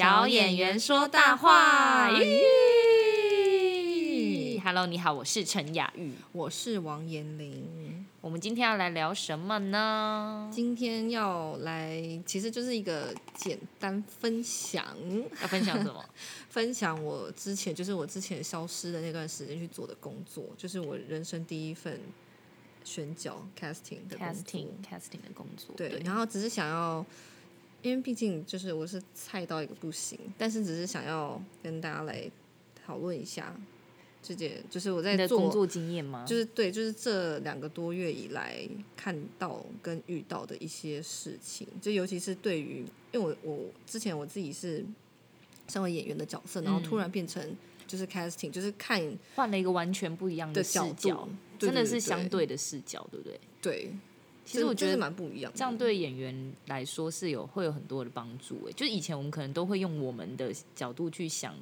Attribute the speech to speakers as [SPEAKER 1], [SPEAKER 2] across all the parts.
[SPEAKER 1] 老演员说大话。咦 Hello，你好，我是陈雅玉。
[SPEAKER 2] 我是王彦霖，
[SPEAKER 1] 我们今天要来聊什么呢？
[SPEAKER 2] 今天要来，其实就是一个简单分享，
[SPEAKER 1] 要分享 什么？
[SPEAKER 2] 分享我之前就是我之前消失的那段时间去做的工作，就是我人生第一份选角 casting 的工作
[SPEAKER 1] casting casting 的工作。
[SPEAKER 2] 对，然后只是想要，因为毕竟就是我是菜到一个不行，但是只是想要跟大家来讨论一下这件，就是我
[SPEAKER 1] 你
[SPEAKER 2] 在
[SPEAKER 1] 的工
[SPEAKER 2] 做，
[SPEAKER 1] 作经验吗？
[SPEAKER 2] 就是对，就是这两个多月以来看到跟遇到的一些事情，就尤其是对于，因为我我之前我自己是身为演员的角色，然后
[SPEAKER 1] 嗯
[SPEAKER 2] 突然变成就是 casting，就是看
[SPEAKER 1] 换了一个完全不一样
[SPEAKER 2] 的
[SPEAKER 1] 视
[SPEAKER 2] 角
[SPEAKER 1] 角
[SPEAKER 2] 度，，对
[SPEAKER 1] 真的
[SPEAKER 2] 对
[SPEAKER 1] 是
[SPEAKER 2] 对
[SPEAKER 1] 相对的视角，对不对？
[SPEAKER 2] 对。
[SPEAKER 1] 其实我觉
[SPEAKER 2] 真
[SPEAKER 1] 得
[SPEAKER 2] 的蛮不一样的，
[SPEAKER 1] 这样对演员来说是有会有很多的帮助诶，就是以前我们可能都会用我们的角度去想，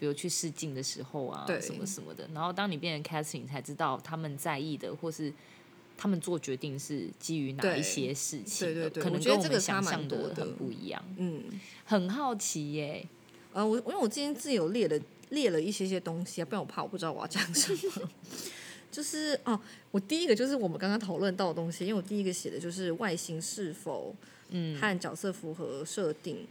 [SPEAKER 1] 比如去试镜的时候啊，
[SPEAKER 2] 对
[SPEAKER 1] 什么什么的。然后当你变成 casting，你才知道他们在意的，或是他们做决定是基于哪
[SPEAKER 2] 对
[SPEAKER 1] 一些事情的，
[SPEAKER 2] 对对对
[SPEAKER 1] 可
[SPEAKER 2] 我
[SPEAKER 1] 能
[SPEAKER 2] 觉
[SPEAKER 1] 跟我
[SPEAKER 2] 得这
[SPEAKER 1] 们
[SPEAKER 2] 个
[SPEAKER 1] 想
[SPEAKER 2] 差蛮
[SPEAKER 1] 象
[SPEAKER 2] 多
[SPEAKER 1] 的
[SPEAKER 2] 的
[SPEAKER 1] 很不一样。
[SPEAKER 2] 嗯，
[SPEAKER 1] 很好奇耶、
[SPEAKER 2] 呃，我因为我今天自己有列了列了一些些东西啊，不然我怕我不知道我要讲什么。 就是哦，我第一个就是我们刚刚讨论到的东西，因为我第一个写的就是外形是否
[SPEAKER 1] 嗯，
[SPEAKER 2] 和角色符合设定，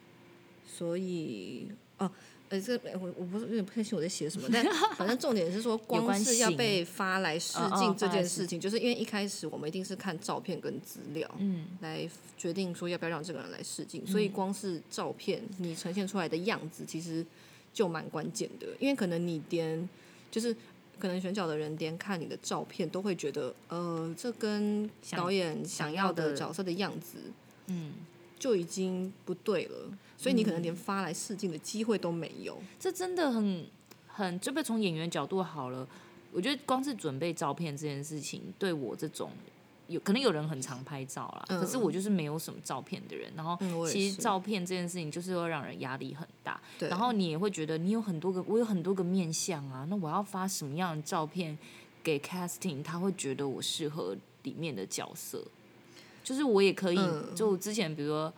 [SPEAKER 2] 所以哦，呃，这个哎我我不是有点不太清楚我在写什么， 但反正重点是说，
[SPEAKER 1] 有
[SPEAKER 2] 光
[SPEAKER 1] 关
[SPEAKER 2] 是要
[SPEAKER 1] 型
[SPEAKER 2] 被发来试
[SPEAKER 1] 哦哦
[SPEAKER 2] 镜这
[SPEAKER 1] 发来
[SPEAKER 2] 件
[SPEAKER 1] 试
[SPEAKER 2] 事情，就是因为一开始我们一定是看照片跟资料，
[SPEAKER 1] 嗯，
[SPEAKER 2] 来决定说要不要让这个人来试镜，所以光是照片你呈现出来的样子，其实就蛮关键的，因为可能你连就是。可能选角的人连看你的照片都会觉得，呃，这跟
[SPEAKER 1] 想
[SPEAKER 2] 导演想
[SPEAKER 1] 想
[SPEAKER 2] 要
[SPEAKER 1] 要
[SPEAKER 2] 的
[SPEAKER 1] 的
[SPEAKER 2] 角色的样子，嗯，就已经不对了，所以你可
[SPEAKER 1] 嗯
[SPEAKER 2] 能连发来试镜的机会都没有。
[SPEAKER 1] 这真的很很，就被从演员角度好了，我觉得光是准备照片这件事情，对我这种有可能有人很常拍照啦，
[SPEAKER 2] 嗯
[SPEAKER 1] 可是我就是没有什么照片的人，然后
[SPEAKER 2] 嗯我也
[SPEAKER 1] 其实
[SPEAKER 2] 是
[SPEAKER 1] 照片这件事情就是会让人压力很大，
[SPEAKER 2] 对，
[SPEAKER 1] 然后你也会觉得你有很多个，我有很多个面相啊，那我要发什么样的照片给 casting，他会觉得我适合里面的角色，就是我也可以，
[SPEAKER 2] 嗯
[SPEAKER 1] 就之前比如说，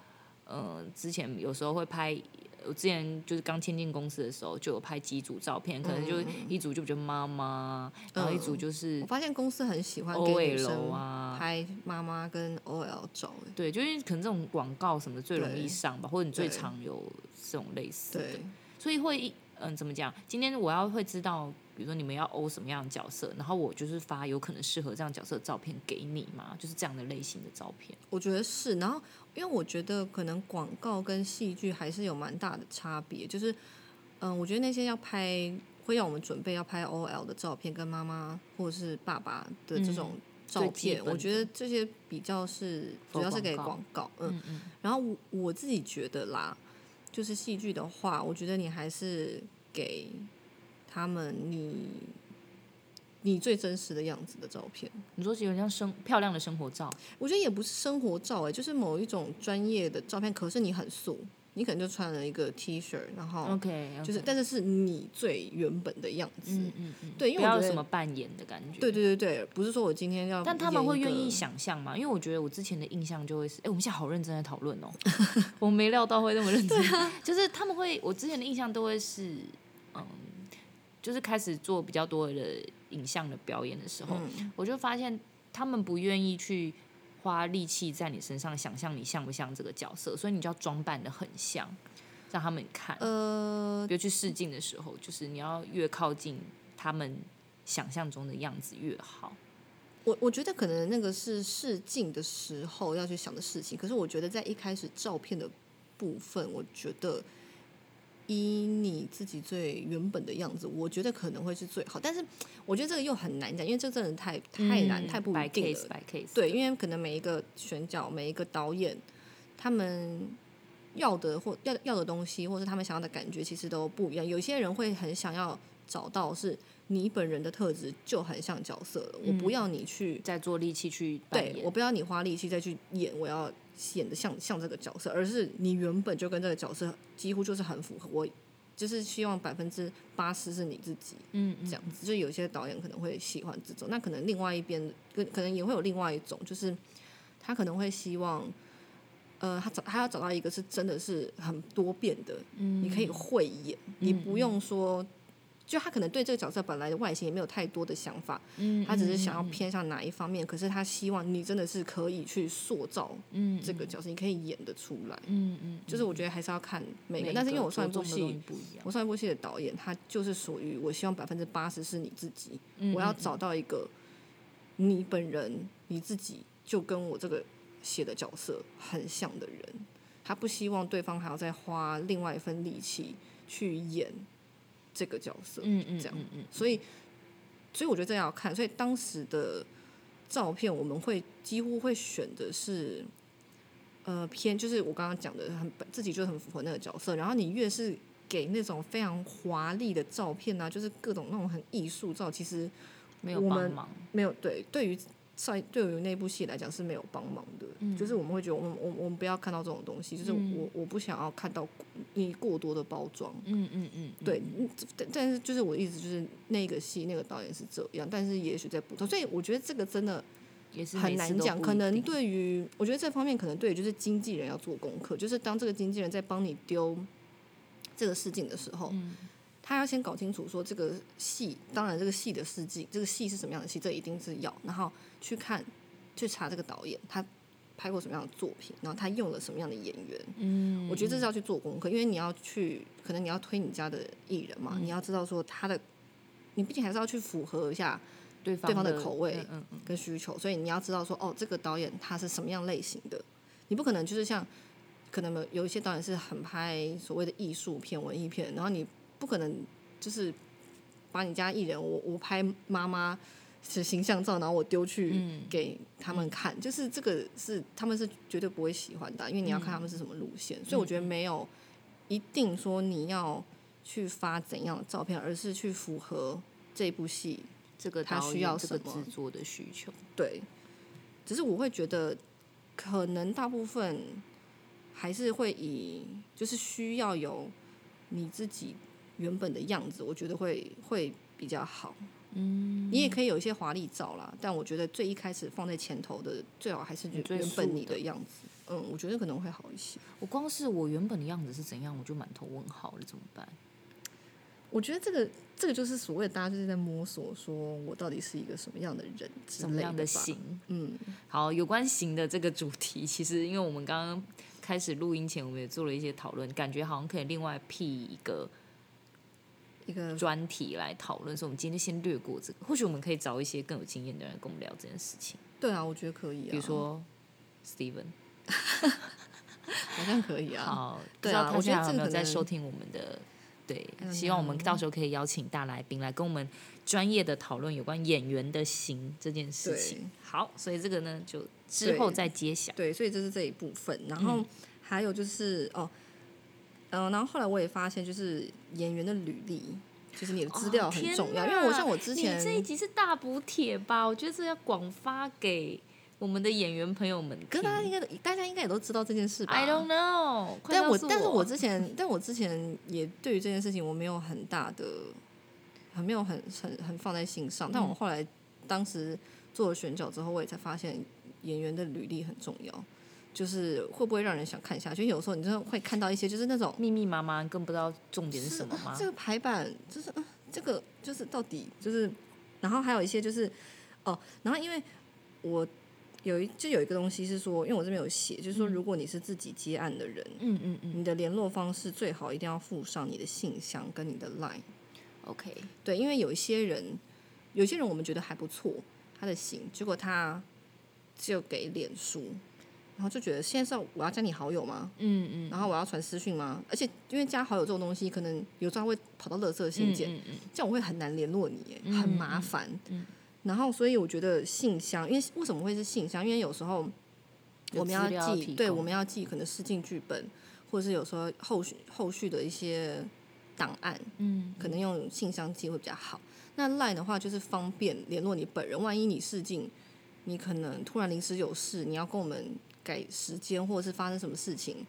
[SPEAKER 1] 呃，之前有时候会拍。呃我之前就是刚签进公司的时候，就有拍几组照
[SPEAKER 2] 嗯
[SPEAKER 1] 片，可能就一组就比较妈妈，然后一组就是
[SPEAKER 2] 我发现公司很喜欢嗯给女
[SPEAKER 1] OL
[SPEAKER 2] 生
[SPEAKER 1] 啊，
[SPEAKER 2] 拍妈妈跟 OL 照、欸
[SPEAKER 1] 对，就因为可能这种广告什么最容易
[SPEAKER 2] 对
[SPEAKER 1] 上吧，或者你最
[SPEAKER 2] 对
[SPEAKER 1] 常有这种类似的
[SPEAKER 2] 对，
[SPEAKER 1] 所以会一嗯怎么讲？今天我要会知道，比如说你们要欧什么样的角色，然后我就是发有可能适合这样角色的照片给你嘛，就是这样的类型的照片。
[SPEAKER 2] 我觉得是，然后因为我觉得可能广告跟戏剧还是有蛮大的差别，就是，嗯，我觉得那些要拍会让我们准备要拍 OL 的照片，跟妈妈或者是爸爸的这种照
[SPEAKER 1] 嗯最基
[SPEAKER 2] 片，
[SPEAKER 1] 本的
[SPEAKER 2] 我觉得这些比较是主
[SPEAKER 1] For
[SPEAKER 2] 要是给
[SPEAKER 1] 广
[SPEAKER 2] 广告，嗯，然后我我自己觉得啦，就是戏剧的话，我觉得你还是给他们你你最真实的样子的照片。
[SPEAKER 1] 你说是有点像生漂亮的生活照，
[SPEAKER 2] 我觉得也不是生活照哎、就是某一种专业的照片，可是你很素，你可能就穿了一个 T 恤，然后
[SPEAKER 1] 哦 OK，
[SPEAKER 2] 就是，但是是你最原本的样子。
[SPEAKER 1] 嗯嗯嗯，
[SPEAKER 2] 对因为
[SPEAKER 1] 不要
[SPEAKER 2] 我
[SPEAKER 1] 有
[SPEAKER 2] 觉
[SPEAKER 1] 什
[SPEAKER 2] 得
[SPEAKER 1] 么扮演的感觉，
[SPEAKER 2] 对对对对，不是说我今天要演一个，
[SPEAKER 1] 但他们会愿意想象吗？因为我觉得我之前的印象就会是，哎、我们现在好认真在讨论哦， 我没料到会那么认真。
[SPEAKER 2] 啊
[SPEAKER 1] 就是他们会，我之前的印象都会是，嗯，就是开始做比较多的影像的表演的时候，
[SPEAKER 2] 嗯
[SPEAKER 1] 我就发现他们不愿意去花力气在你身上想象你像不像这个角色，所以你就要装扮的很像，让他们看。
[SPEAKER 2] 呃，
[SPEAKER 1] 比如去试镜的时候，就是你要越靠近他们想象中的样子越好。
[SPEAKER 2] 我我觉得可能那个是试镜的时候要去想的事情，可是我觉得在一开始照片的部分，我觉得以你自己最原本的样子，我觉得可能会是最好。但是我觉得这个又很难讲，因为这真的太太难、
[SPEAKER 1] 嗯
[SPEAKER 2] 太不
[SPEAKER 1] by
[SPEAKER 2] 一定了
[SPEAKER 1] case。by case。
[SPEAKER 2] 对，因为可能每一个选角、每一个导演，他们要的或要要的东西，或是他们想要的感觉，其实都不一样。有些人会很想要找到是你本人的特质就很像角色了，我不要你去，
[SPEAKER 1] 再做力气去扮
[SPEAKER 2] 对
[SPEAKER 1] 演。
[SPEAKER 2] 我不要你花力气再去演，我要演的像像这个角色，而是你原本就跟这个角色几乎就是很符合。我就是希望百分之八十是你自己，
[SPEAKER 1] 嗯
[SPEAKER 2] 这样子，就有些导演可能会喜欢这种，那可能另外一边可可能也会有另外一种，就是他可能会希望，呃，他找他要找到一个是真的是很多变的，
[SPEAKER 1] 嗯
[SPEAKER 2] 你可以会演，你不用说，就他可能对这个角色本来的外形也没有太多的想法，
[SPEAKER 1] 嗯
[SPEAKER 2] 他只是想要偏向哪一方面，可是他希望你真的是可以去塑造
[SPEAKER 1] 嗯
[SPEAKER 2] 这个角色，你可以演得出来。
[SPEAKER 1] 嗯嗯，
[SPEAKER 2] 就是我觉得还是要看每
[SPEAKER 1] 每
[SPEAKER 2] 个，
[SPEAKER 1] 个
[SPEAKER 2] 但是因为我上一
[SPEAKER 1] 着
[SPEAKER 2] 部
[SPEAKER 1] 重的东西
[SPEAKER 2] 戏，
[SPEAKER 1] 不一样，
[SPEAKER 2] 我上一部戏的导演他就是属于我希望百分之八十是你自己，
[SPEAKER 1] 嗯
[SPEAKER 2] 我要
[SPEAKER 1] 嗯
[SPEAKER 2] 找到一个你本人你自己就跟我这个写的角色很像的人，他不希望对方还要再花另外一份力气去演这个角色，
[SPEAKER 1] 嗯嗯
[SPEAKER 2] 这样
[SPEAKER 1] 嗯嗯
[SPEAKER 2] 所以，所以我觉得这要看，所以当时的照片我们会几乎会选的是。呃，偏就是我刚刚讲的很自己就很符合那个角色，然后你越是给那种非常华丽的照片啊，就是各种那种很艺术照，其实
[SPEAKER 1] 没有
[SPEAKER 2] 我
[SPEAKER 1] 帮
[SPEAKER 2] 们
[SPEAKER 1] 忙，
[SPEAKER 2] 没有对，对于上对于那部戏来讲是没有帮忙的，就是我们会觉得我们我们我们不要看到这种东西，就是我、我不想要看到你过多的包装。
[SPEAKER 1] 嗯嗯嗯，
[SPEAKER 2] 对，嗯但但是就是我的意思就是那个戏那个导演是这样，但是也许在补充，所以我觉得这个真的
[SPEAKER 1] 也是
[SPEAKER 2] 很
[SPEAKER 1] 每次
[SPEAKER 2] 难
[SPEAKER 1] 都
[SPEAKER 2] 讲。
[SPEAKER 1] 不
[SPEAKER 2] 可
[SPEAKER 1] 一
[SPEAKER 2] 能
[SPEAKER 1] 定
[SPEAKER 2] 对于我觉得这方面可能对于就是经纪人要做功课，就是当这个经纪人在帮你丢这个试镜的时候，
[SPEAKER 1] 嗯
[SPEAKER 2] 他要先搞清楚说这个戏，当然这个戏的试镜，这个戏是什么样的戏，这一定是要，然后去看去查这个导演他拍过什么样的作品，然后他用了什么样的演员，
[SPEAKER 1] 嗯，
[SPEAKER 2] 我觉得这是要去做功课，因为你要去，可能你要推你家的艺人嘛，
[SPEAKER 1] 嗯
[SPEAKER 2] 你要知道说他的，你毕竟还是要去符合一下
[SPEAKER 1] 对方
[SPEAKER 2] 对方的
[SPEAKER 1] 的
[SPEAKER 2] 口味
[SPEAKER 1] 嗯嗯嗯
[SPEAKER 2] 跟需求，所以你要知道说，哦，这个导演他是什么样类型的，你不可能就是像，可能有有一些导演是很拍所谓的艺术片、文艺片，然后你不可能就是把你家艺人，我我拍妈妈的形象照，然后我丢去给他们看，就是这个是他们是绝对不会喜欢的啊，因为你要看他们是什么路线，所以我觉得没有一定说你要去发怎样的照片，而是去符合这部戏
[SPEAKER 1] 这个
[SPEAKER 2] 他
[SPEAKER 1] 导
[SPEAKER 2] 需
[SPEAKER 1] 演
[SPEAKER 2] 要
[SPEAKER 1] 这个
[SPEAKER 2] 什么
[SPEAKER 1] 制作的需求，
[SPEAKER 2] 对，只是我会觉得，可能大部分还是会以就是需要有你自己原本的样子，我觉得会会比较好。嗯，你也可以有一些华丽照啦，但我觉得最一开始放在前头的，最好还是原
[SPEAKER 1] 最
[SPEAKER 2] 原
[SPEAKER 1] 素
[SPEAKER 2] 本你
[SPEAKER 1] 的
[SPEAKER 2] 的样子。嗯，我觉得可能会好一些。
[SPEAKER 1] 我光是我原本的样子是怎样，我就满头问号了，怎么办？
[SPEAKER 2] 我觉得这个这个就是所谓大家就是在摸索，说我到底是一个什么样的人之
[SPEAKER 1] 怎么
[SPEAKER 2] 类
[SPEAKER 1] 样
[SPEAKER 2] 的吧
[SPEAKER 1] 型？
[SPEAKER 2] 嗯，
[SPEAKER 1] 好，有关型的这个主题，其实因为我们刚刚开始录音前，我们也做了一些讨论，感觉好像可以另外辟一个
[SPEAKER 2] 一个
[SPEAKER 1] 专题来讨论，所以我们今天就先略过这个。或许我们可以找一些更有经验的人来跟我们聊这件事情，
[SPEAKER 2] 对啊，我觉得可以啊，
[SPEAKER 1] 比如说 Steven。
[SPEAKER 2] 好像可 以啊。
[SPEAKER 1] 好，不
[SPEAKER 2] 对
[SPEAKER 1] 知道
[SPEAKER 2] 啊
[SPEAKER 1] 他
[SPEAKER 2] 我觉
[SPEAKER 1] 现
[SPEAKER 2] 得
[SPEAKER 1] 在有没有
[SPEAKER 2] 这个可
[SPEAKER 1] 在
[SPEAKER 2] 能
[SPEAKER 1] 收听我们的？对，
[SPEAKER 2] don't
[SPEAKER 1] 希望我们到时候可以邀请大来宾来跟我们专业的讨论有关演员的型这件事
[SPEAKER 2] 对
[SPEAKER 1] 情。好，所以这个呢，就之后再揭晓。
[SPEAKER 2] 对，所以这是这一部分。然
[SPEAKER 1] 嗯
[SPEAKER 2] 后还有就是、哦，嗯、然后后来我也发现，就是演员的履历，就是你的资料
[SPEAKER 1] 哦
[SPEAKER 2] 很
[SPEAKER 1] 天
[SPEAKER 2] 重要，
[SPEAKER 1] 哪
[SPEAKER 2] 因为我像我之前
[SPEAKER 1] 你这一集是大补帖吧？我觉得这要广发给我们的演员朋友们
[SPEAKER 2] 可
[SPEAKER 1] 听
[SPEAKER 2] 是。大家应该大家应该也都知道这件事吧
[SPEAKER 1] I don't know，快
[SPEAKER 2] 但
[SPEAKER 1] 告
[SPEAKER 2] 我
[SPEAKER 1] 诉
[SPEAKER 2] 但是
[SPEAKER 1] 我
[SPEAKER 2] 我之前，但我之前也对于这件事情我没有很大的，很没有很很很放在心上。但
[SPEAKER 1] 嗯
[SPEAKER 2] 我后来当时做了选角之后，我也才发现演员的履历很重要，就是会不会让人想看下去。因为有时候你真的会看到一些就是那种
[SPEAKER 1] 密密麻麻，更不知道重点是什么吗
[SPEAKER 2] 啊这？个排版就是、呃、这个就是到底就是，然后还有一些就是哦，然后因为我有一就有一个东西是说，因为我这边有写，就是说如果你是自己接案的人，
[SPEAKER 1] 嗯嗯嗯
[SPEAKER 2] 你的联络方式最好一定要附上你的信箱跟你的 Line。
[SPEAKER 1] ，OK，
[SPEAKER 2] 对，因为有一些人，有些人我们觉得还不错，他的型，结果他就给脸书，然后就觉得现在是要我要加你好友吗？
[SPEAKER 1] 嗯嗯，
[SPEAKER 2] 然后我要传私讯吗？而且因为加好友这种东西，可能有时候会跑到垃圾信件，
[SPEAKER 1] 嗯嗯
[SPEAKER 2] 这样我会很难联络你耶，很麻烦。然后所以我觉得信箱，因为为什么会是信箱？因为有时候
[SPEAKER 1] 有
[SPEAKER 2] 我们要
[SPEAKER 1] 资料提
[SPEAKER 2] 寄，
[SPEAKER 1] 供
[SPEAKER 2] 对，我们要寄可能试镜剧本，或者是有时候后续后续的一些档案，
[SPEAKER 1] 嗯，
[SPEAKER 2] 可能用信箱寄会比较好。那 Line 的话就是方便联络你本人，万一你试镜，你可能突然临时有事，你要跟我们改时间，或者是发生什么事情，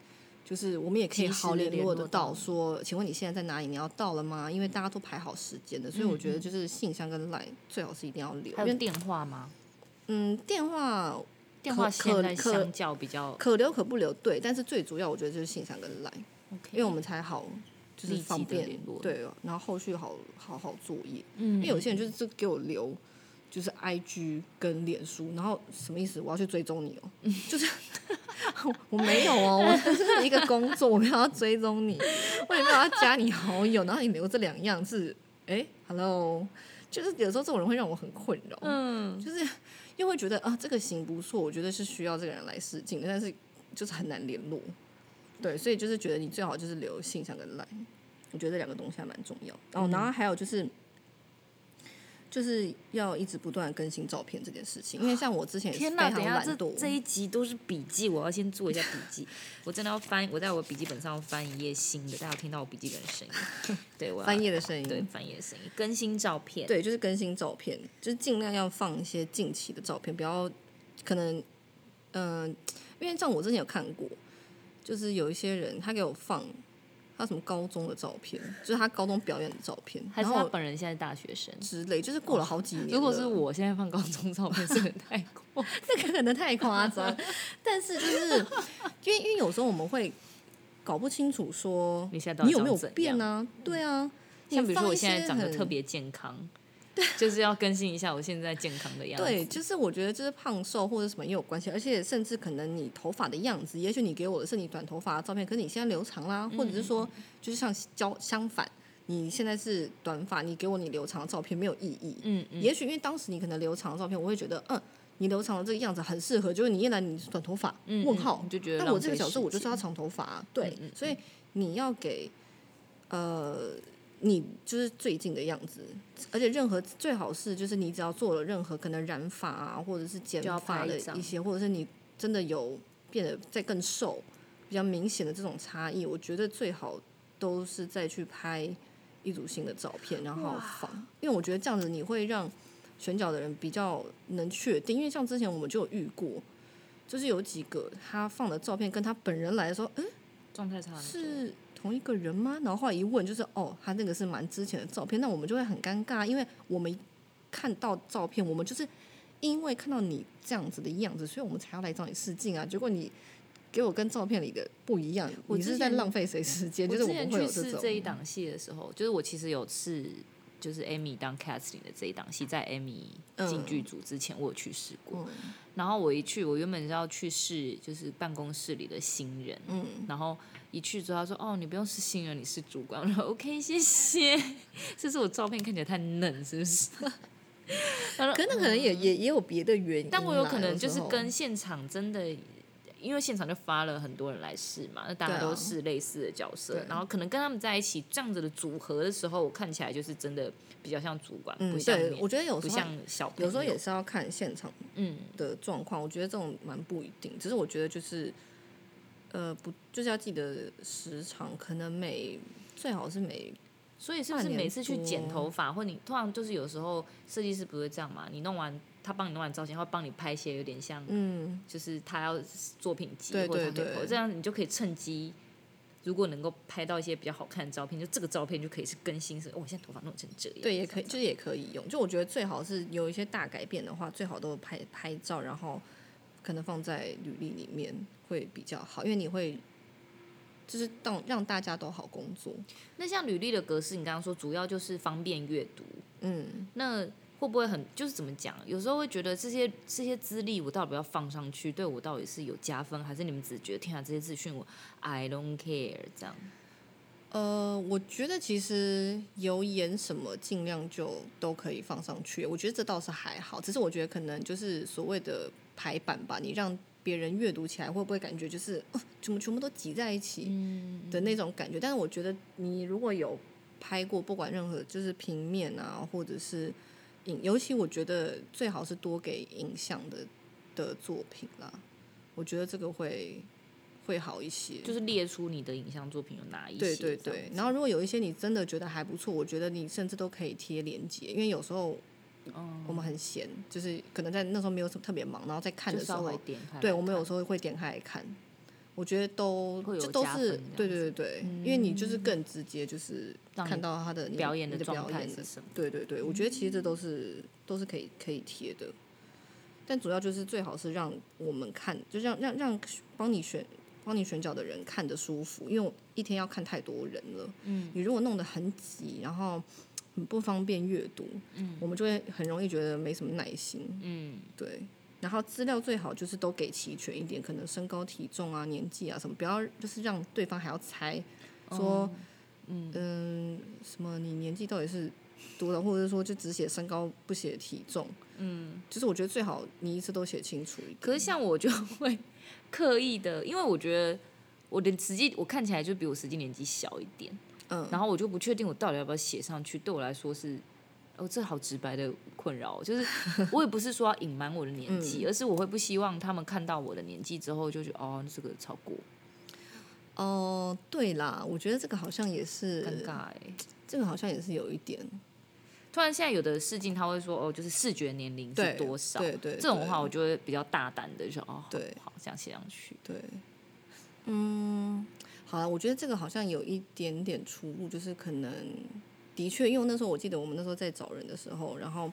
[SPEAKER 2] 就是我们也可
[SPEAKER 1] 及
[SPEAKER 2] 以
[SPEAKER 1] 时
[SPEAKER 2] 好
[SPEAKER 1] 地
[SPEAKER 2] 联
[SPEAKER 1] 联
[SPEAKER 2] 络
[SPEAKER 1] 络
[SPEAKER 2] 得
[SPEAKER 1] 到
[SPEAKER 2] 到说，请问你现在在哪里？你要到了吗？因为大家都排好时间的，所以我觉得就是信箱跟 Line 最好是一定要留，
[SPEAKER 1] 还
[SPEAKER 2] 因
[SPEAKER 1] 有
[SPEAKER 2] 为
[SPEAKER 1] 电话吗？
[SPEAKER 2] 嗯，电话
[SPEAKER 1] 电话
[SPEAKER 2] 可
[SPEAKER 1] 现在
[SPEAKER 2] 可
[SPEAKER 1] 相较比较
[SPEAKER 2] 可留可不留，对，但是最主要我觉得就是信箱跟 line，因
[SPEAKER 1] OK，
[SPEAKER 2] 为我们才好就是
[SPEAKER 1] 立即
[SPEAKER 2] 方
[SPEAKER 1] 的
[SPEAKER 2] 便
[SPEAKER 1] 联络
[SPEAKER 2] 对，哦然后后续好好好作业，
[SPEAKER 1] 嗯
[SPEAKER 2] 因为有些人就是只给我留。就是 I G 跟脸书，然后什么意思？我要去追 踪你哦、就是 我我没有哦、我这是一个工作，我没有要追踪你，我也没有要加你好友，然后你留这两样是，哎、h e l l o 就是有时候这种人会让我很困扰，
[SPEAKER 1] 嗯，
[SPEAKER 2] 就是又会觉得啊，这个行不错，我觉得是需要这个人来试镜的，但是就是很难联络。对，所以就是觉得你最好就是留信箱跟 line，我觉得这两个东西还蛮重要。
[SPEAKER 1] 嗯
[SPEAKER 2] 哦，然后还有就是。就是要一直不断地更新照片这件事情，因为像我之前也是
[SPEAKER 1] 天
[SPEAKER 2] 非
[SPEAKER 1] 呐，
[SPEAKER 2] 常
[SPEAKER 1] 等一下，这
[SPEAKER 2] 懒惰，
[SPEAKER 1] 这一集都是笔记，我要先做一下笔记。我真的要翻，我在我笔记本上翻一页新的，大家有听到我笔记本的声 音？对，我要
[SPEAKER 2] 翻页的声
[SPEAKER 1] 对
[SPEAKER 2] 音，
[SPEAKER 1] 翻页的声音，更新照片。
[SPEAKER 2] 对，就是更新照片，就是尽量要放一些近期的照片，不要可能，嗯、因为像我之前有看过，就是有一些人他给我放他什么高中的照片，就是他高中表演的照片，
[SPEAKER 1] 还
[SPEAKER 2] 然
[SPEAKER 1] 是他
[SPEAKER 2] 后
[SPEAKER 1] 本人现在大学生。
[SPEAKER 2] 之类，就是过了好几年了。
[SPEAKER 1] 如果是我现在放高中照片，是很太过。
[SPEAKER 2] 这个可能太夸张， 但是就是因为因为有时候我们会搞不清楚说
[SPEAKER 1] 你现在到
[SPEAKER 2] 你
[SPEAKER 1] 底
[SPEAKER 2] 有没有
[SPEAKER 1] 长怎
[SPEAKER 2] 变
[SPEAKER 1] 样？
[SPEAKER 2] 啊？对啊，
[SPEAKER 1] 像
[SPEAKER 2] 你
[SPEAKER 1] 比如说
[SPEAKER 2] 放
[SPEAKER 1] 我
[SPEAKER 2] 一
[SPEAKER 1] 现在
[SPEAKER 2] 些
[SPEAKER 1] 长得
[SPEAKER 2] 很
[SPEAKER 1] 特别健 康，就是要更新一下我现在健康的样子。
[SPEAKER 2] 对，就是我觉得就是胖瘦或者什么也有关系，而且甚至可能你头发的样子，也许你给我的是你短头发的照片，可是你现在留长啦，或者
[SPEAKER 1] 嗯
[SPEAKER 2] 是说就是像交相反，你现在是短发，你给我你留长的照片没有意义。
[SPEAKER 1] 嗯嗯，
[SPEAKER 2] 也许因为当时你可能留长的照片，我会觉得嗯。你留长的这个样子很适合，就是你一来你是短头发，
[SPEAKER 1] 嗯
[SPEAKER 2] 问号
[SPEAKER 1] 嗯你就觉得
[SPEAKER 2] 但我
[SPEAKER 1] 浪
[SPEAKER 2] 这个
[SPEAKER 1] 费
[SPEAKER 2] 角色
[SPEAKER 1] 时
[SPEAKER 2] 我就是
[SPEAKER 1] 间嗯
[SPEAKER 2] 要长头发啊、对，所以你要给呃你就是最近的样子，而且任何最好是就是你只要做了任何可能染发啊，或者是剪
[SPEAKER 1] 就要
[SPEAKER 2] 发
[SPEAKER 1] 拍一
[SPEAKER 2] 的
[SPEAKER 1] 张
[SPEAKER 2] 一些，或者是你真的有变得再更瘦，比较明显的这种差异，我觉得最好都是再去拍一组新的照片，然后放，因为我觉得这样子你会让选角的人比较能确定，因为像之前我们就有遇过。就是有几个他放的照片跟他本人来的时候，嗯，
[SPEAKER 1] 状态差很多。
[SPEAKER 2] 是同一个人吗？然后后来一问，就是哦，他那个是蛮之前的照片，那我们就会很尴尬，因为我们看到照片，我们就是因为看到你这样子的样子，所以我们才要来找你试镜啊。结果你给我跟照片里的不一样，
[SPEAKER 1] 我
[SPEAKER 2] 你是
[SPEAKER 1] 之
[SPEAKER 2] 在
[SPEAKER 1] 前
[SPEAKER 2] 浪费谁时间？
[SPEAKER 1] 我
[SPEAKER 2] 就是
[SPEAKER 1] 之
[SPEAKER 2] 我
[SPEAKER 1] 前
[SPEAKER 2] 们会
[SPEAKER 1] 去
[SPEAKER 2] 有这
[SPEAKER 1] 试
[SPEAKER 2] 种
[SPEAKER 1] 这一档戏的时候，就是我其实有试，就是 Amy 当 Catherine 的这一档戏，在 Amy 进
[SPEAKER 2] 嗯
[SPEAKER 1] 剧组之前，我有去试过。
[SPEAKER 2] 嗯
[SPEAKER 1] 然后我一去，我原本是要去试，就是办公室里的新人。
[SPEAKER 2] 嗯，
[SPEAKER 1] 然后一去之后，他说：“哦，你不用是新人，你是主管。”我说：“OK，谢谢。” 这是我照片看起来太嫩，是不是？ 他说
[SPEAKER 2] 可能可能也也也有别的原因啦，
[SPEAKER 1] 嗯但我有可能
[SPEAKER 2] 时
[SPEAKER 1] 就是
[SPEAKER 2] 候
[SPEAKER 1] 跟现场真的，因为现场就发了很多人来试嘛，那大家
[SPEAKER 2] 对啊
[SPEAKER 1] 都是类似的角色，
[SPEAKER 2] 对
[SPEAKER 1] 然后可能跟他们在一起这样子的组合的时候，我看起来就是真的比较像主管，
[SPEAKER 2] 嗯
[SPEAKER 1] 不，像
[SPEAKER 2] 对，
[SPEAKER 1] 你
[SPEAKER 2] 我觉得有
[SPEAKER 1] 不
[SPEAKER 2] 时候
[SPEAKER 1] 像小朋友，
[SPEAKER 2] 有时候也是要看现场
[SPEAKER 1] 嗯，
[SPEAKER 2] 的状况，我觉得这种蛮不一定。只是我觉得就是，呃，不就是要记得时长，可能每最好是每
[SPEAKER 1] 所以是不是
[SPEAKER 2] 半年
[SPEAKER 1] 每次去剪
[SPEAKER 2] 多
[SPEAKER 1] 头发，或你通常就是有时候设计师不会这样嘛？你弄完他帮你弄完造型，他会帮你拍一些有点像
[SPEAKER 2] 嗯
[SPEAKER 1] 就是他要作品集
[SPEAKER 2] 对
[SPEAKER 1] 或者他
[SPEAKER 2] 对
[SPEAKER 1] 可以
[SPEAKER 2] 对
[SPEAKER 1] po，这样你就可以趁机，如果能够拍到一些比较好看的照片，就这个照片就可以是更新是，哦我现在头发弄成这样，
[SPEAKER 2] 对也可以，
[SPEAKER 1] 这
[SPEAKER 2] 就是也可以用。就我觉得最好是有一些大改变的话，最好都拍拍照，然后可能放在履历里面会比较好，因为你会就是让让大家都好工作。
[SPEAKER 1] 样。那像履历的格式，你刚刚说主要就是方便阅读，
[SPEAKER 2] 嗯，
[SPEAKER 1] 那会不会很就是怎么讲？有时候会觉得这些这些资历我到底要放上去，对我到底是有加分，还是你们只觉得天啊这些资讯我 I don't care 这样？
[SPEAKER 2] 呃，我觉得其实油盐什么尽量就都可以放上去，我觉得这倒是还好。只是我觉得可能就是所谓的排版吧，你让别人阅读起来会不会感觉就是、呃、怎么全部都挤在一起
[SPEAKER 1] 嗯，
[SPEAKER 2] 的那种感觉？但是我觉得你如果有拍过，不管任何就是平面啊，或者是影，尤其我觉得最好是多给影像的的作品啦，我觉得这个会会好一些。
[SPEAKER 1] 就是列出你的影像作品有哪一些？
[SPEAKER 2] 对对
[SPEAKER 1] 这样
[SPEAKER 2] 对，然后如果有一些你真的觉得还不错，我觉得你甚至都可以贴链接，因为有时候
[SPEAKER 1] 哦
[SPEAKER 2] 我们很闲，就是可能在那时候没有什么特别忙，然后在看
[SPEAKER 1] 就
[SPEAKER 2] 的时
[SPEAKER 1] 稍微
[SPEAKER 2] 候，
[SPEAKER 1] 点开来看。
[SPEAKER 2] 对我们有时候会点开来看，我觉得都
[SPEAKER 1] 会有
[SPEAKER 2] 这都
[SPEAKER 1] 加
[SPEAKER 2] 是
[SPEAKER 1] 分这样嗯
[SPEAKER 2] 对对对对，因为你就是更直接，就是
[SPEAKER 1] 让你
[SPEAKER 2] 看到他的你
[SPEAKER 1] 表演
[SPEAKER 2] 你
[SPEAKER 1] 的
[SPEAKER 2] 的
[SPEAKER 1] 状
[SPEAKER 2] 表
[SPEAKER 1] 态
[SPEAKER 2] 演
[SPEAKER 1] 是
[SPEAKER 2] 的，
[SPEAKER 1] 什么？
[SPEAKER 2] 对对对，我觉得其实这都是都是可以可以贴的。但主要就是最好是让我们看，就让让让帮你选帮你选角的人看得舒服，因为我一天要看太多人了。嗯，你如果弄得很挤，然后很不方便阅读，嗯，我们就会很容易觉得没什么耐心。
[SPEAKER 1] 嗯，
[SPEAKER 2] 对，然后资料最好就是都给齐全一点，可能身高、体重啊、年纪啊什么，不要就是让对方还要猜说，哦嗯什么你年纪到底是多少，或者是说就只写身高不写体重，嗯，就是我觉得最好你一次都写清楚一点。
[SPEAKER 1] 可是像我就 会刻意的，因为我觉得我的实际我看起来就比我实际年纪小一点，
[SPEAKER 2] 嗯，
[SPEAKER 1] 然后我就不确定我到底要不要写上去，对我来说是。哦，这好直白的困扰哦，就是 我也不是说要隐瞒我的年纪，
[SPEAKER 2] 嗯
[SPEAKER 1] 而是我会不希望他们看到我的年纪之后就觉得哦，这个超过
[SPEAKER 2] 哦、对啦，我觉得这个好像也
[SPEAKER 1] 尴
[SPEAKER 2] 是，
[SPEAKER 1] 尬哎。
[SPEAKER 2] 这个好像也是有一点
[SPEAKER 1] 突然现在有的试镜他会说哦，就是视觉年龄
[SPEAKER 2] 对
[SPEAKER 1] 是多少，
[SPEAKER 2] 对对，
[SPEAKER 1] 这种
[SPEAKER 2] 对
[SPEAKER 1] 的话我就会比较大胆的就哦，好
[SPEAKER 2] 对
[SPEAKER 1] 好这样写上去，
[SPEAKER 2] 对，嗯，好了，我觉得这个好像有一点点出入，就是可能的确，因为那时候我记得我们那时候在找人的时候，然后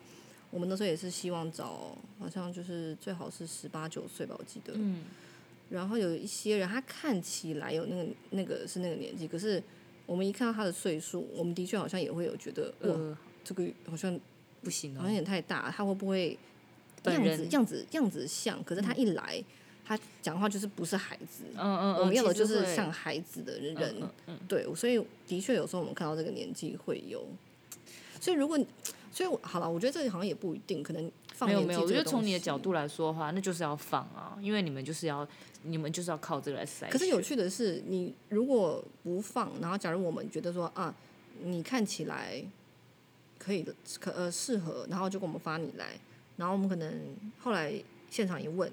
[SPEAKER 2] 我们那时候也是希望找，好像就是最好是十八九岁吧，我记得。
[SPEAKER 1] 嗯
[SPEAKER 2] 然后有一些人他看起来有那个那个是那个年纪，可是我们一看到他的岁数，我们的确好像也会有觉得，哇，
[SPEAKER 1] 呃，
[SPEAKER 2] 这个好像
[SPEAKER 1] 不行
[SPEAKER 2] 好像有
[SPEAKER 1] 哦，
[SPEAKER 2] 点太大，他会不会
[SPEAKER 1] 本
[SPEAKER 2] 样子
[SPEAKER 1] 人
[SPEAKER 2] 样子样子像？可是他一来，他讲话就是不是孩子，
[SPEAKER 1] 嗯嗯，嗯
[SPEAKER 2] 我们要的
[SPEAKER 1] 其
[SPEAKER 2] 就
[SPEAKER 1] 实
[SPEAKER 2] 是
[SPEAKER 1] 会
[SPEAKER 2] 像孩子的人，
[SPEAKER 1] 嗯嗯嗯
[SPEAKER 2] 对，所以的确有时候我们看到这个年纪会有，所以如果你，所以我好了，我觉得这个好像也不一定，可能放
[SPEAKER 1] 没有
[SPEAKER 2] 年
[SPEAKER 1] 没
[SPEAKER 2] 纪
[SPEAKER 1] 有，我
[SPEAKER 2] 这
[SPEAKER 1] 觉
[SPEAKER 2] 个
[SPEAKER 1] 得从
[SPEAKER 2] 东
[SPEAKER 1] 你的
[SPEAKER 2] 西
[SPEAKER 1] 角。度来说的话，那就是要放啊，因为你们就是要你们就是要靠这个来筛选。
[SPEAKER 2] 可是有趣的是，你如果不放，然后假如我们觉得说啊，你看起来可以可呃适合，然后就给我们发你来，然后我们可能后来现场一问，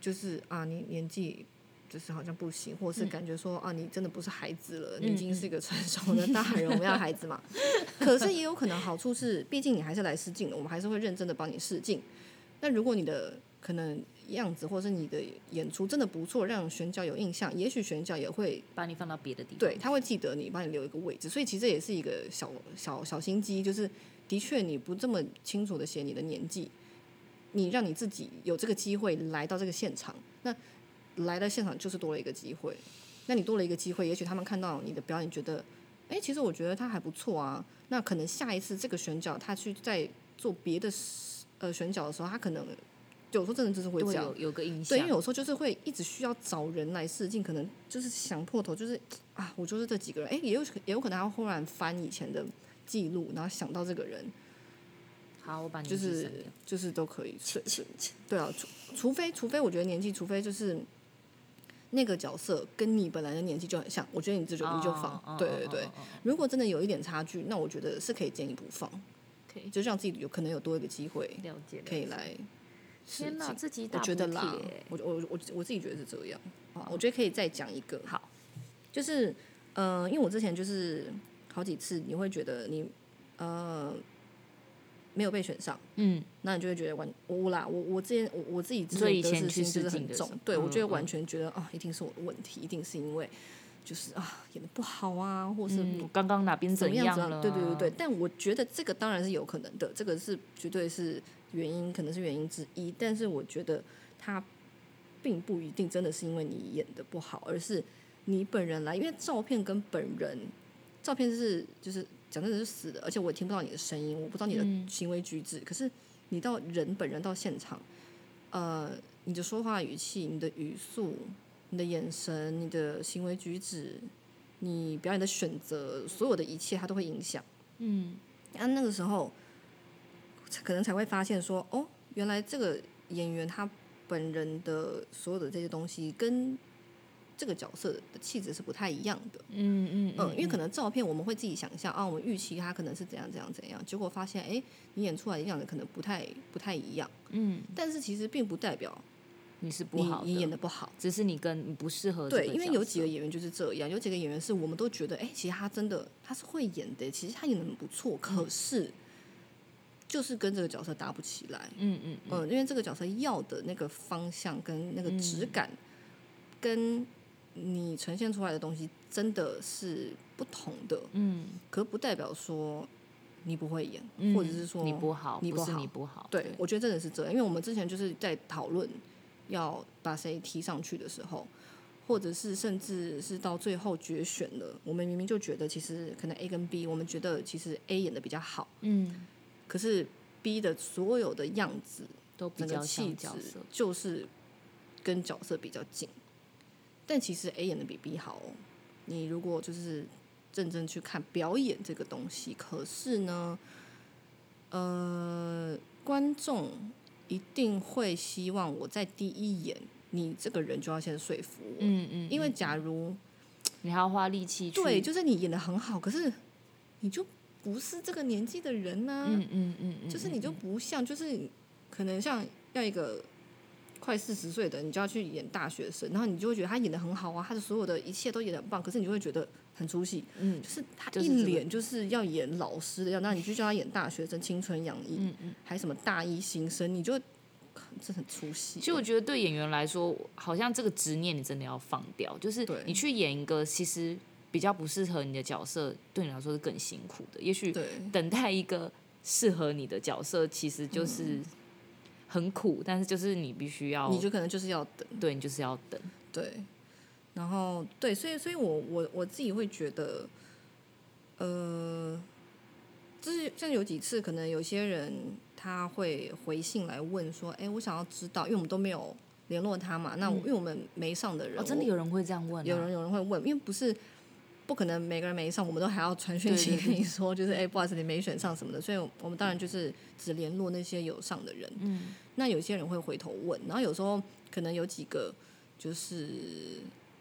[SPEAKER 2] 就是啊你年纪。就是好像不行，或是感觉说、啊，你真的不是孩子了，你已经是一个成熟的大人，我们要孩子嘛。 可是也有可能好处是，毕竟你还是来试镜的，我们还是会认真的帮你试镜。那如果你的可能样子或是你的演出真的不错，让选角有印象，也许选角也会
[SPEAKER 1] 把你放到别的地方，
[SPEAKER 2] 对，他会记得你，帮你留一个位置。所以其实这也是一个小小小心机，就是的确你不这么清楚的写你的年纪，你让你自己有这个机会来到这个现场，那来到现场就是多了一个机会。那你多了一个机会，也许他们看到你的表演，觉得，哎、其实我觉得他还不错啊。那可能下一次这个选角，他去在做别的事呃选角的时候，他可能有时候真的就是会
[SPEAKER 1] 都
[SPEAKER 2] 这
[SPEAKER 1] 会
[SPEAKER 2] 样
[SPEAKER 1] 有，有个印象
[SPEAKER 2] 对，因为。有时候就是会一直需要找人来试镜，可能就是想破头，就是啊，我就是这几个人，哎，也有也有可能他忽然翻以前的记录，然后想到这个人，
[SPEAKER 1] 好，我把你
[SPEAKER 2] 就是就是都可以。所以所以对啊，除除非除非我觉得年纪，除非就是那个角色跟你本来的年纪就很像，我觉得你这就你就放，对对对。如果真的有一点差距，那我觉得是可以建议不放，
[SPEAKER 1] 可以
[SPEAKER 2] 就让自己有可能有多一个机会
[SPEAKER 1] 了解。
[SPEAKER 2] 可以来试
[SPEAKER 1] 天
[SPEAKER 2] 镜
[SPEAKER 1] 哪，。自己
[SPEAKER 2] 我
[SPEAKER 1] 打
[SPEAKER 2] 觉得啦
[SPEAKER 1] 补贴欸，
[SPEAKER 2] 我我我我自己觉得是这样。好，我觉得可以再讲一个，
[SPEAKER 1] 好，
[SPEAKER 2] 就是呃，因为我之前就是好几次，你会觉得你呃没有被选上，
[SPEAKER 1] 嗯，
[SPEAKER 2] 那你就会觉得完我啦，我我之前我我自己之
[SPEAKER 1] 所以
[SPEAKER 2] 前得
[SPEAKER 1] 以前
[SPEAKER 2] 失
[SPEAKER 1] 去
[SPEAKER 2] 心就
[SPEAKER 1] 试
[SPEAKER 2] 是
[SPEAKER 1] 镜
[SPEAKER 2] 很
[SPEAKER 1] 的
[SPEAKER 2] 重
[SPEAKER 1] 时候，
[SPEAKER 2] 对我就会
[SPEAKER 1] 嗯
[SPEAKER 2] 完
[SPEAKER 1] 嗯
[SPEAKER 2] 全觉得啊、一定是我的问题，一定是因为就是啊演的不好啊，或是
[SPEAKER 1] 嗯，我刚刚哪边
[SPEAKER 2] 怎么
[SPEAKER 1] 样
[SPEAKER 2] 子
[SPEAKER 1] 了啊？
[SPEAKER 2] 对对对对，但我觉得这个当然是有可能的，这个是绝对是原因，可能是原因之一。但是我觉得它并不一定真的是因为你演的不好，而是你本人来，因为照片跟本人，照片是就是讲真的是死的，而且我也听不到你的声音，我不知道你
[SPEAKER 1] 嗯
[SPEAKER 2] 的行为举止。可是你到人本人到现场，呃，你的说话语气、你的语速、你的眼神、你的行为举止，你表演的选择，所有的一切它都会影响。
[SPEAKER 1] 嗯，
[SPEAKER 2] 啊，那个时候才可能才会发现说，哦，原来这个演员他本人的所有的这些东西跟这个角色的气质是不太一样的。
[SPEAKER 1] 嗯嗯
[SPEAKER 2] 嗯，因为可能照片我们会自己想象啊，我们预期他可能是怎样怎样怎样，结果发现，哎，你演出来的样子可能不太不太一样。
[SPEAKER 1] 嗯，
[SPEAKER 2] 但是其实并不代表
[SPEAKER 1] 你是不
[SPEAKER 2] 你
[SPEAKER 1] 好
[SPEAKER 2] 你演
[SPEAKER 1] 的，
[SPEAKER 2] 的不好。
[SPEAKER 1] 只是你跟你不适合这
[SPEAKER 2] 对，
[SPEAKER 1] 个
[SPEAKER 2] 因为
[SPEAKER 1] 角
[SPEAKER 2] 有几
[SPEAKER 1] 色
[SPEAKER 2] 个演员就是这样，有几个演员是我们都觉得，哎、其实他真的他是会演的，其实他演的很不错，
[SPEAKER 1] 嗯
[SPEAKER 2] 可是就是跟这个角色搭不起来。
[SPEAKER 1] 嗯嗯嗯嗯
[SPEAKER 2] 嗯、因为这个角色要的那个方向跟那个质感，跟你呈现出来的东西真的是不同的，
[SPEAKER 1] 嗯，
[SPEAKER 2] 可不代表说你不会演，
[SPEAKER 1] 嗯
[SPEAKER 2] 或者是说
[SPEAKER 1] 你不好，
[SPEAKER 2] 你
[SPEAKER 1] 不
[SPEAKER 2] 不
[SPEAKER 1] 是
[SPEAKER 2] 好
[SPEAKER 1] 你不好，
[SPEAKER 2] 对，我觉得真的是这样，因为我们之前就是在讨论要把谁踢上去的时候，或者是甚至是到最后决选了，我们明明就觉得其实可能 A 跟 B，我们觉得其实 A 演的比较好，
[SPEAKER 1] 嗯，
[SPEAKER 2] 可是 B 的所有的样子、
[SPEAKER 1] 都比
[SPEAKER 2] 整个
[SPEAKER 1] 较像
[SPEAKER 2] 气质
[SPEAKER 1] 角色，
[SPEAKER 2] 就是跟角色比较近，但其实 A 演的比 B 好哦。你如果就是认真去看表演这个东西，可是呢，呃，观众一定会希望我在第一眼，你这个人就要先说服我，
[SPEAKER 1] 嗯嗯，
[SPEAKER 2] 因为
[SPEAKER 1] 嗯
[SPEAKER 2] 假如
[SPEAKER 1] 你还要花力气去，
[SPEAKER 2] 对，就是你演的很好，可是你就不是这个年纪的人呐、
[SPEAKER 1] 嗯嗯嗯嗯，
[SPEAKER 2] 就是你就
[SPEAKER 1] 嗯
[SPEAKER 2] 不像，就是可能像要一个快四十岁的，你就要去演大学生，然后你就会觉得他演的很好啊，他的所有的一切都演的很棒，可是你就会觉得很出戏，
[SPEAKER 1] 嗯
[SPEAKER 2] 就是他
[SPEAKER 1] 就是这
[SPEAKER 2] 一
[SPEAKER 1] 个
[SPEAKER 2] 脸就是要演老师的样子，那你就叫他演大学生，青春洋溢，
[SPEAKER 1] 嗯嗯。
[SPEAKER 2] 还什么大一新生，你就这很出戏。
[SPEAKER 1] 其实我觉得对演员来说，好像这个执念你真的要放掉，就是
[SPEAKER 2] 对
[SPEAKER 1] 你去演一个其实比较不适合你的角色，对你来说是更辛苦的。也许
[SPEAKER 2] 对
[SPEAKER 1] 等待一个适合你的角色，其实
[SPEAKER 2] 嗯
[SPEAKER 1] 就是很苦，但是就是你必须要，
[SPEAKER 2] 你就可能就是要等。
[SPEAKER 1] 对你就是要等。
[SPEAKER 2] 对，然后对，所以所以我我我自己会觉得，呃，就是像有几次可能有些人他会回信来问说，哎，我想要知道，因为我们都没有联络他嘛，那我、因为我们没上的人，
[SPEAKER 1] 嗯哦，真的
[SPEAKER 2] 我
[SPEAKER 1] 有人会这样问、啊，
[SPEAKER 2] 有人有人会问，因为不是。不可能每个人没上，我们都还要传讯
[SPEAKER 1] 对
[SPEAKER 2] 息
[SPEAKER 1] 对
[SPEAKER 2] 跟你说，就是哎、不好意思，你没选上什么的，所以我们当然就是只联络那些有上的人。
[SPEAKER 1] 嗯，
[SPEAKER 2] 那有些人会回头问，然后有时候可能有几个就是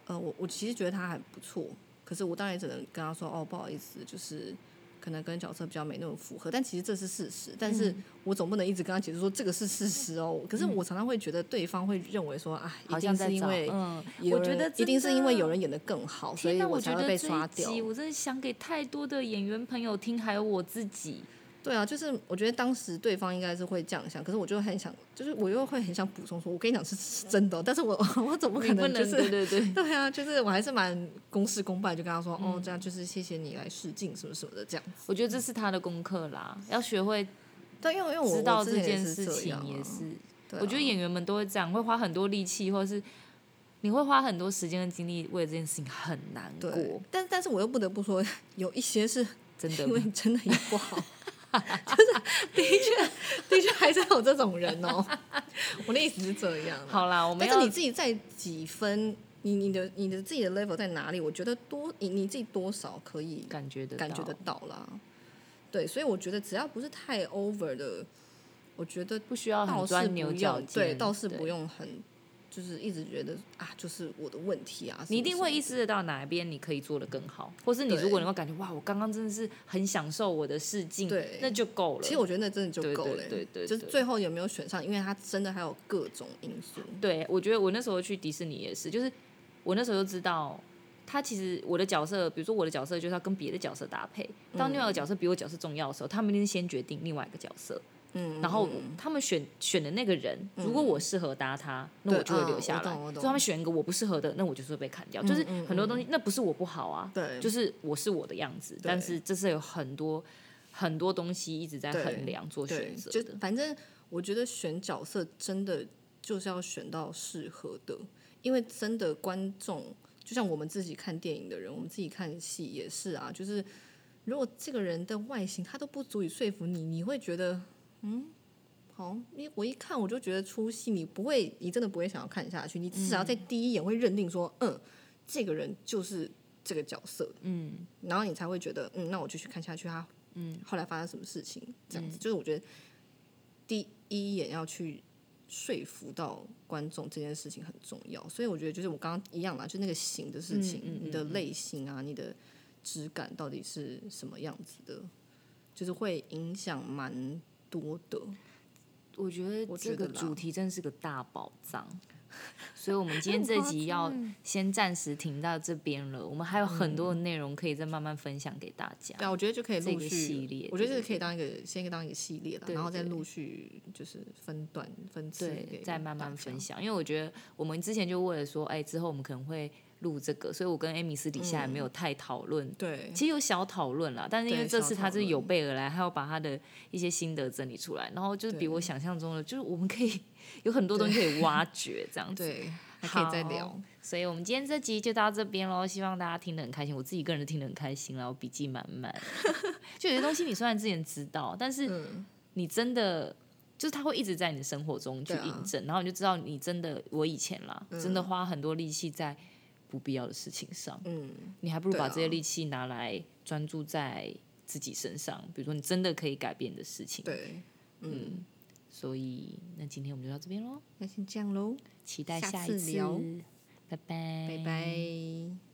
[SPEAKER 2] 呃，我我其实觉得他还不错，可是我当然也只能跟他说哦，不好意思，就是可能跟角色比较没那么符合，但其实这是事实，但是
[SPEAKER 1] 嗯
[SPEAKER 2] 我总不能一直跟他解释说这个是事实哦。可是我常常会觉得对方会认为说啊，一
[SPEAKER 1] 好像
[SPEAKER 2] 定是
[SPEAKER 1] 在
[SPEAKER 2] 因
[SPEAKER 1] 找，
[SPEAKER 2] 为
[SPEAKER 1] 嗯，
[SPEAKER 2] 有
[SPEAKER 1] 我觉
[SPEAKER 2] 人
[SPEAKER 1] 得
[SPEAKER 2] 一定是
[SPEAKER 1] 真的
[SPEAKER 2] 因为有人演的更好，所
[SPEAKER 1] 天
[SPEAKER 2] 以
[SPEAKER 1] 哪，
[SPEAKER 2] 才
[SPEAKER 1] 觉
[SPEAKER 2] 会
[SPEAKER 1] 得
[SPEAKER 2] 被
[SPEAKER 1] 这
[SPEAKER 2] 刷
[SPEAKER 1] 一
[SPEAKER 2] 掉。
[SPEAKER 1] 集我真的想给太多的演员朋友听，还有我自己。
[SPEAKER 2] 对啊，就是我觉得当时对方应该是会这样想，可是我就很想，就是我又会很想补充说，我跟你讲是是真的哦，但是我 我总不可
[SPEAKER 1] 你不
[SPEAKER 2] 能就
[SPEAKER 1] 能，
[SPEAKER 2] 是
[SPEAKER 1] 对对对，
[SPEAKER 2] 对啊，就是我还是蛮公事公办，就跟他说、哦，
[SPEAKER 1] 嗯
[SPEAKER 2] 这样就是谢谢你来试镜什么什么的这样。
[SPEAKER 1] 我觉得这是他的功课啦，要学会
[SPEAKER 2] 但因为因为我
[SPEAKER 1] 知道
[SPEAKER 2] 我之前
[SPEAKER 1] 件
[SPEAKER 2] 也是
[SPEAKER 1] 事
[SPEAKER 2] 这
[SPEAKER 1] 情
[SPEAKER 2] 样啊
[SPEAKER 1] 也是。
[SPEAKER 2] 对啊
[SPEAKER 1] 我觉得演员们都会这样，会花很多力气，或者是你会花很多时间跟精力为了这件事情很难
[SPEAKER 2] 对
[SPEAKER 1] 过，，
[SPEAKER 2] 但但是我又不得不说， 有一些是
[SPEAKER 1] 真的
[SPEAKER 2] 因。为真的也不好， 就是的确的确还是有这种人哦。我的意思是这样啊，
[SPEAKER 1] 好啦，我们
[SPEAKER 2] 但是
[SPEAKER 1] 要
[SPEAKER 2] 你自己在几分，你你的你的自己的 level 在哪里？我觉得多你你自己多少可以
[SPEAKER 1] 感觉得
[SPEAKER 2] 感觉
[SPEAKER 1] 到
[SPEAKER 2] 得到啦。对，所以我觉得只要不是太 over 的，我觉得
[SPEAKER 1] 不需要
[SPEAKER 2] 倒
[SPEAKER 1] 哦很
[SPEAKER 2] 是
[SPEAKER 1] 钻
[SPEAKER 2] 不
[SPEAKER 1] 牛角
[SPEAKER 2] 用
[SPEAKER 1] 尖，
[SPEAKER 2] 对，倒是不
[SPEAKER 1] 对。
[SPEAKER 2] 用很就是一直觉得啊，就是我的问题啊。
[SPEAKER 1] 你一定会意
[SPEAKER 2] 一
[SPEAKER 1] 识得到哪一边你可以做得更好，或是你
[SPEAKER 2] 对
[SPEAKER 1] 如果能够感觉哇，我刚刚真的是很享受我的试镜
[SPEAKER 2] 对，
[SPEAKER 1] 那就够了。
[SPEAKER 2] 其实我觉得那真的就
[SPEAKER 1] 对
[SPEAKER 2] 够
[SPEAKER 1] 对
[SPEAKER 2] 了欸，
[SPEAKER 1] 对对
[SPEAKER 2] 就是
[SPEAKER 1] 对
[SPEAKER 2] 最后有没有选上，因为它真的还有各种因素。
[SPEAKER 1] 对，我觉得我那时候去迪士尼也是，就是我那时候就知道，他其实我的角色，比如说我的角色就是要跟别的角色搭配。当另外一个角色比我角色重要的时候，他们一定是先决定另外一个角色，
[SPEAKER 2] 嗯，
[SPEAKER 1] 然后他们选选的那个人，如果我适合搭他，那
[SPEAKER 2] 对
[SPEAKER 1] 我就会
[SPEAKER 2] 啊
[SPEAKER 1] 留
[SPEAKER 2] 我
[SPEAKER 1] 下来。
[SPEAKER 2] 懂
[SPEAKER 1] 所
[SPEAKER 2] 我懂
[SPEAKER 1] 以他们选一个我不适合的，那我就是会被砍掉。就是
[SPEAKER 2] 嗯嗯
[SPEAKER 1] 很多东西，那不是我不好啊，
[SPEAKER 2] 对
[SPEAKER 1] 就是我是我的样子，但
[SPEAKER 2] 对
[SPEAKER 1] 是这是有很多很多东西一直在
[SPEAKER 2] 对
[SPEAKER 1] 衡量做
[SPEAKER 2] 对
[SPEAKER 1] 选，择
[SPEAKER 2] 就
[SPEAKER 1] 的。
[SPEAKER 2] 反正我觉得选角色真的就是要选到适合的，因为真的观众就像我们自己看电影的人，我们自己看戏也是啊，就是如果这个人的外形他都不足以说服你，你会觉得嗯。好，因为我一看我就觉得出戏，你不会，你真的不会想要看下去，你至少
[SPEAKER 1] 嗯
[SPEAKER 2] 在第一眼会认定说，嗯，这个人就是这个角色，
[SPEAKER 1] 嗯，
[SPEAKER 2] 然后你才会觉得，嗯，那我继续看下去，他，嗯，后来发生什么事情，这
[SPEAKER 1] 嗯
[SPEAKER 2] 样子，就是我觉得第一眼要去说服到观众这件事情很重要，所以我觉得就是我刚刚一样啦，就那个型的事情，
[SPEAKER 1] 嗯嗯嗯
[SPEAKER 2] 你的类型啊，你的质感到底是什么样子的，就是会影响蛮多的，
[SPEAKER 1] 我觉得
[SPEAKER 2] 我
[SPEAKER 1] 这
[SPEAKER 2] 觉
[SPEAKER 1] 个
[SPEAKER 2] 得啦
[SPEAKER 1] 主题真是个大宝藏，所以我们今天这集要
[SPEAKER 2] 欸
[SPEAKER 1] 先暂时停到这边了。我们还有很多的
[SPEAKER 2] 嗯
[SPEAKER 1] 内容可以再慢慢分享给大家。
[SPEAKER 2] 对啊，我觉得就可以
[SPEAKER 1] 这
[SPEAKER 2] 陆
[SPEAKER 1] 个
[SPEAKER 2] 续
[SPEAKER 1] 系列
[SPEAKER 2] 我觉得这
[SPEAKER 1] 对
[SPEAKER 2] 个可以当一个先当一个系列啦，
[SPEAKER 1] 对
[SPEAKER 2] 然后再
[SPEAKER 1] 对
[SPEAKER 2] 陆续就是分段分次
[SPEAKER 1] 对
[SPEAKER 2] 给，
[SPEAKER 1] 再慢慢
[SPEAKER 2] 大家
[SPEAKER 1] 分享，因为我觉得我们之前就为了说，哎，之后我们可能会录这个，所以我跟 Amy 私底下也没有太讨论。
[SPEAKER 2] 嗯对，
[SPEAKER 1] 其实有小讨论啦，但是因为
[SPEAKER 2] 对
[SPEAKER 1] 这次
[SPEAKER 2] 小
[SPEAKER 1] 他
[SPEAKER 2] 讨
[SPEAKER 1] 是
[SPEAKER 2] 论
[SPEAKER 1] 有备而来，他要把他的一些心得整理出来，然后就是比
[SPEAKER 2] 对
[SPEAKER 1] 我想象中的，就是我们可以 有很多东西可以挖掘这样子。
[SPEAKER 2] 对，还可以再聊
[SPEAKER 1] 好。所以我们今天这集就到这边喽，希望大家听得很开心。我自己个人是听得很开心啦，我笔记满 满。就有些东西你虽然之前知道，但是
[SPEAKER 2] 嗯，
[SPEAKER 1] 你真的就是它会一直在你的生活中去
[SPEAKER 2] 对啊嗯
[SPEAKER 1] 印证，然后你就知道你真的我以前啦，真的花很多力气在不必要的事情上，
[SPEAKER 2] 嗯，
[SPEAKER 1] 你还不如
[SPEAKER 2] 对
[SPEAKER 1] 把
[SPEAKER 2] 啊
[SPEAKER 1] 这些力气拿来专注在自己身上，比如说你真的可以改变的事情。
[SPEAKER 2] 对，
[SPEAKER 1] 嗯，所以那今天我们就到这边喽，
[SPEAKER 2] 那先这样喽，
[SPEAKER 1] 期待
[SPEAKER 2] 下
[SPEAKER 1] 下一
[SPEAKER 2] 次
[SPEAKER 1] 次，
[SPEAKER 2] 聊
[SPEAKER 1] 拜拜，
[SPEAKER 2] 拜拜。